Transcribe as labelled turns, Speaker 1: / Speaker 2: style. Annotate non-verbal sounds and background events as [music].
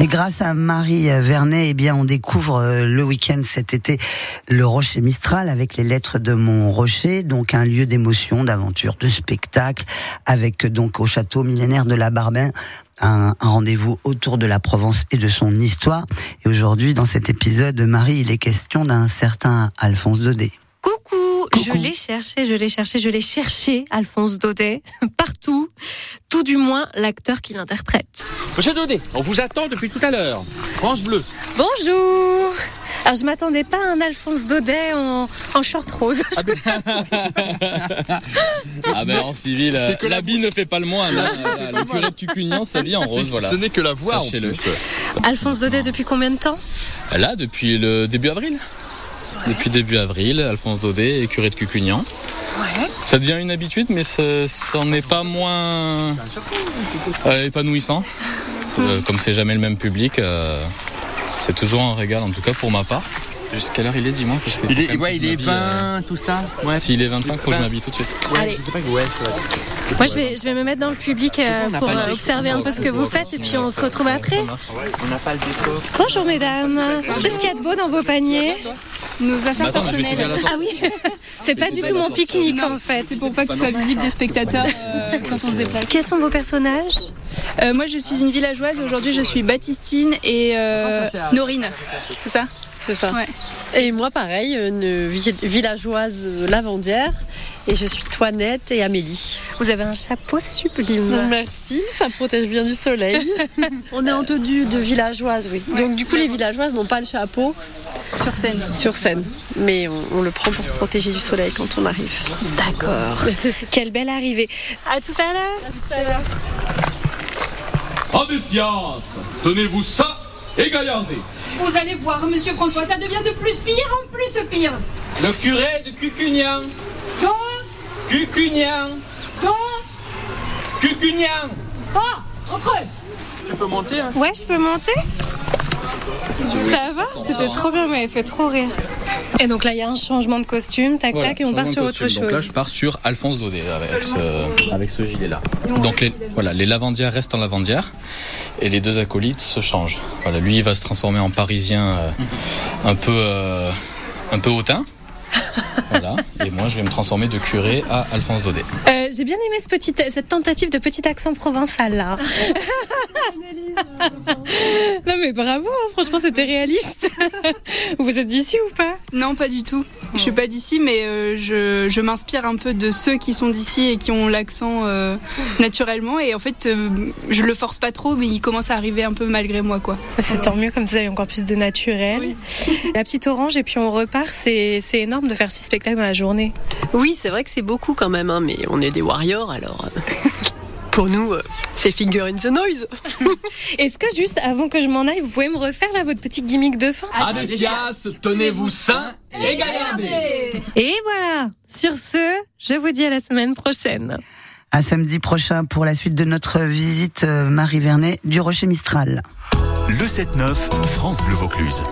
Speaker 1: Et grâce à Marie Vernet, eh bien, on découvre euh, le week-end cet été le Rocher Mistral avec les lettres de mon Rocher, donc un lieu d'émotion, d'aventure, de spectacle, avec euh, donc au château millénaire de la Barbin un, un rendez-vous autour de la Provence et de son histoire. Et aujourd'hui, dans cet épisode, Marie, il est question d'un certain Alphonse Daudet.
Speaker 2: Coucou, je
Speaker 1: Coucou.
Speaker 2: l'ai cherché, je l'ai cherché, je l'ai cherché, Alphonse Daudet, [laughs] partout, tout du moins l'acteur qui l'interprète.
Speaker 3: Monsieur Daudet, on vous attend depuis tout à l'heure. France Bleu.
Speaker 2: Bonjour Alors je m'attendais pas à un Alphonse Daudet en, en short rose.
Speaker 4: Ah ben en civil, euh, l'habit ne fait pas le moine.
Speaker 3: [laughs]
Speaker 4: hein. Voilà, le curé de Tucunian s'habille en rose, voilà.
Speaker 3: Ce n'est que la voix en
Speaker 4: Sachez-le.
Speaker 3: plus.
Speaker 2: [laughs] Alphonse Daudet depuis combien de temps
Speaker 4: Là, depuis le début avril. Depuis début avril, Alphonse Daudet est curé de Cucugnan. Ça devient une habitude, mais ce- ça n'en est pas moins
Speaker 2: [laughs]
Speaker 4: euh, épanouissant. Euh, comme c'est jamais le même public, euh, c'est toujours un régal, en tout cas pour ma part. Jusqu'à l'heure il est, dis-moi. parce que
Speaker 3: Il
Speaker 4: faut quand
Speaker 3: est,
Speaker 4: même
Speaker 3: ouais,
Speaker 4: que
Speaker 3: il
Speaker 4: je
Speaker 3: est
Speaker 4: m'habille, euh,
Speaker 3: 20, tout ça. Ouais.
Speaker 4: S'il est 25, faut que je
Speaker 3: Vingt.
Speaker 4: m'habille tout de suite.
Speaker 3: Ouais,
Speaker 2: Allez.
Speaker 3: je sais pas, ouais, ça va.
Speaker 2: Moi je vais, je vais me mettre dans le public euh,
Speaker 3: on n'a
Speaker 2: pour
Speaker 3: pas
Speaker 2: euh,
Speaker 3: dit.
Speaker 2: observer un peu ce que vous faites et puis on se retrouve après.
Speaker 3: On n'a pas le décor.
Speaker 2: Bonjour mesdames, qu'est-ce qu'il y a de beau dans vos paniers
Speaker 5: Nos affaires
Speaker 4: Matin, on a fait tout à
Speaker 5: personnelles.
Speaker 4: la
Speaker 2: Ah oui, c'est pas du tout mon pique-nique en fait.
Speaker 5: C'est pour pas que ce soit visible des spectateurs euh, quand on se déplace.
Speaker 2: Quels sont vos personnages
Speaker 5: Euh, moi, je suis une villageoise. Aujourd'hui, je suis Baptistine et euh, Norine. C'est ça
Speaker 6: C'est ça.
Speaker 5: Ouais.
Speaker 6: Et moi, pareil, une vi- villageoise euh, lavandière. Et je suis Toinette et Amélie.
Speaker 2: Vous avez un chapeau sublime.
Speaker 6: Merci, ça protège bien du soleil. [laughs] On est en tenue de villageoise, oui. Donc, du coup, les villageoises n'ont pas le chapeau
Speaker 5: Sur scène.
Speaker 6: sur scène. Mais on, on le prend pour se protéger du soleil quand on arrive.
Speaker 2: D'accord. [laughs] Quelle belle arrivée. À tout à l'heure.
Speaker 4: En science, tenez-vous ça et gaillardez.
Speaker 7: Vous allez voir, monsieur François, ça devient de plus pire en plus pire.
Speaker 3: Le curé de Cucugnan. Cucugnan. Cucugnan. Tu peux monter, hein
Speaker 2: Ouais, je peux monter Ça va C'était trop bien, mais elle fait trop rire. Et donc là, il y a un changement de costume, tac
Speaker 4: Voilà,
Speaker 2: tac, et on
Speaker 4: changement
Speaker 2: part
Speaker 4: de
Speaker 2: sur autre
Speaker 4: costume. Donc là, je
Speaker 2: chose.
Speaker 4: pars sur Alphonse Daudet avec euh, ce, avec ce gilet-là. Donc les, voilà, les lavandières restent en lavandière et les deux acolytes se changent. Voilà, lui, il va se transformer en parisien euh, un peu euh, un peu hautain. voilà, et moi, je vais me transformer de curé à Alphonse Daudet.
Speaker 2: Euh, J'ai bien aimé ce petit, cette tentative de petit accent provençal là. non mais bravo, hein, franchement, c'était réaliste. [laughs] Vous vous êtes d'ici ou pas
Speaker 5: Non, pas du tout.
Speaker 7: Oh.
Speaker 5: Je suis pas d'ici, mais euh, je, je m'inspire un peu de ceux qui sont d'ici et qui ont
Speaker 7: [laughs]
Speaker 5: l'accent euh, naturellement. Et en fait, euh, je le force pas trop, mais il commence à arriver un peu malgré moi, quoi.
Speaker 2: Bah, C'est tant mieux, comme ça, il y a encore plus de naturel. La petite orange, et puis on repart. C'est c'est énorme de faire six spectacles dans la journée.
Speaker 6: Oui, c'est vrai que c'est beaucoup quand même, hein, mais on est des warriors alors. [laughs] euh, Pour nous, euh, c'est finger in the noise.
Speaker 2: Est-ce que juste avant que je m'en aille, vous pouvez me refaire là votre petit gimmick de fin
Speaker 3: Adécias, tenez-vous sain et gaillardez.
Speaker 2: Et voilà, sur ce, je vous dis à la semaine prochaine.
Speaker 1: À samedi prochain pour la suite de notre visite, euh, Marie Vernet, du Rocher Mistral.
Speaker 8: Le 7-9 France Bleu Vaucluse.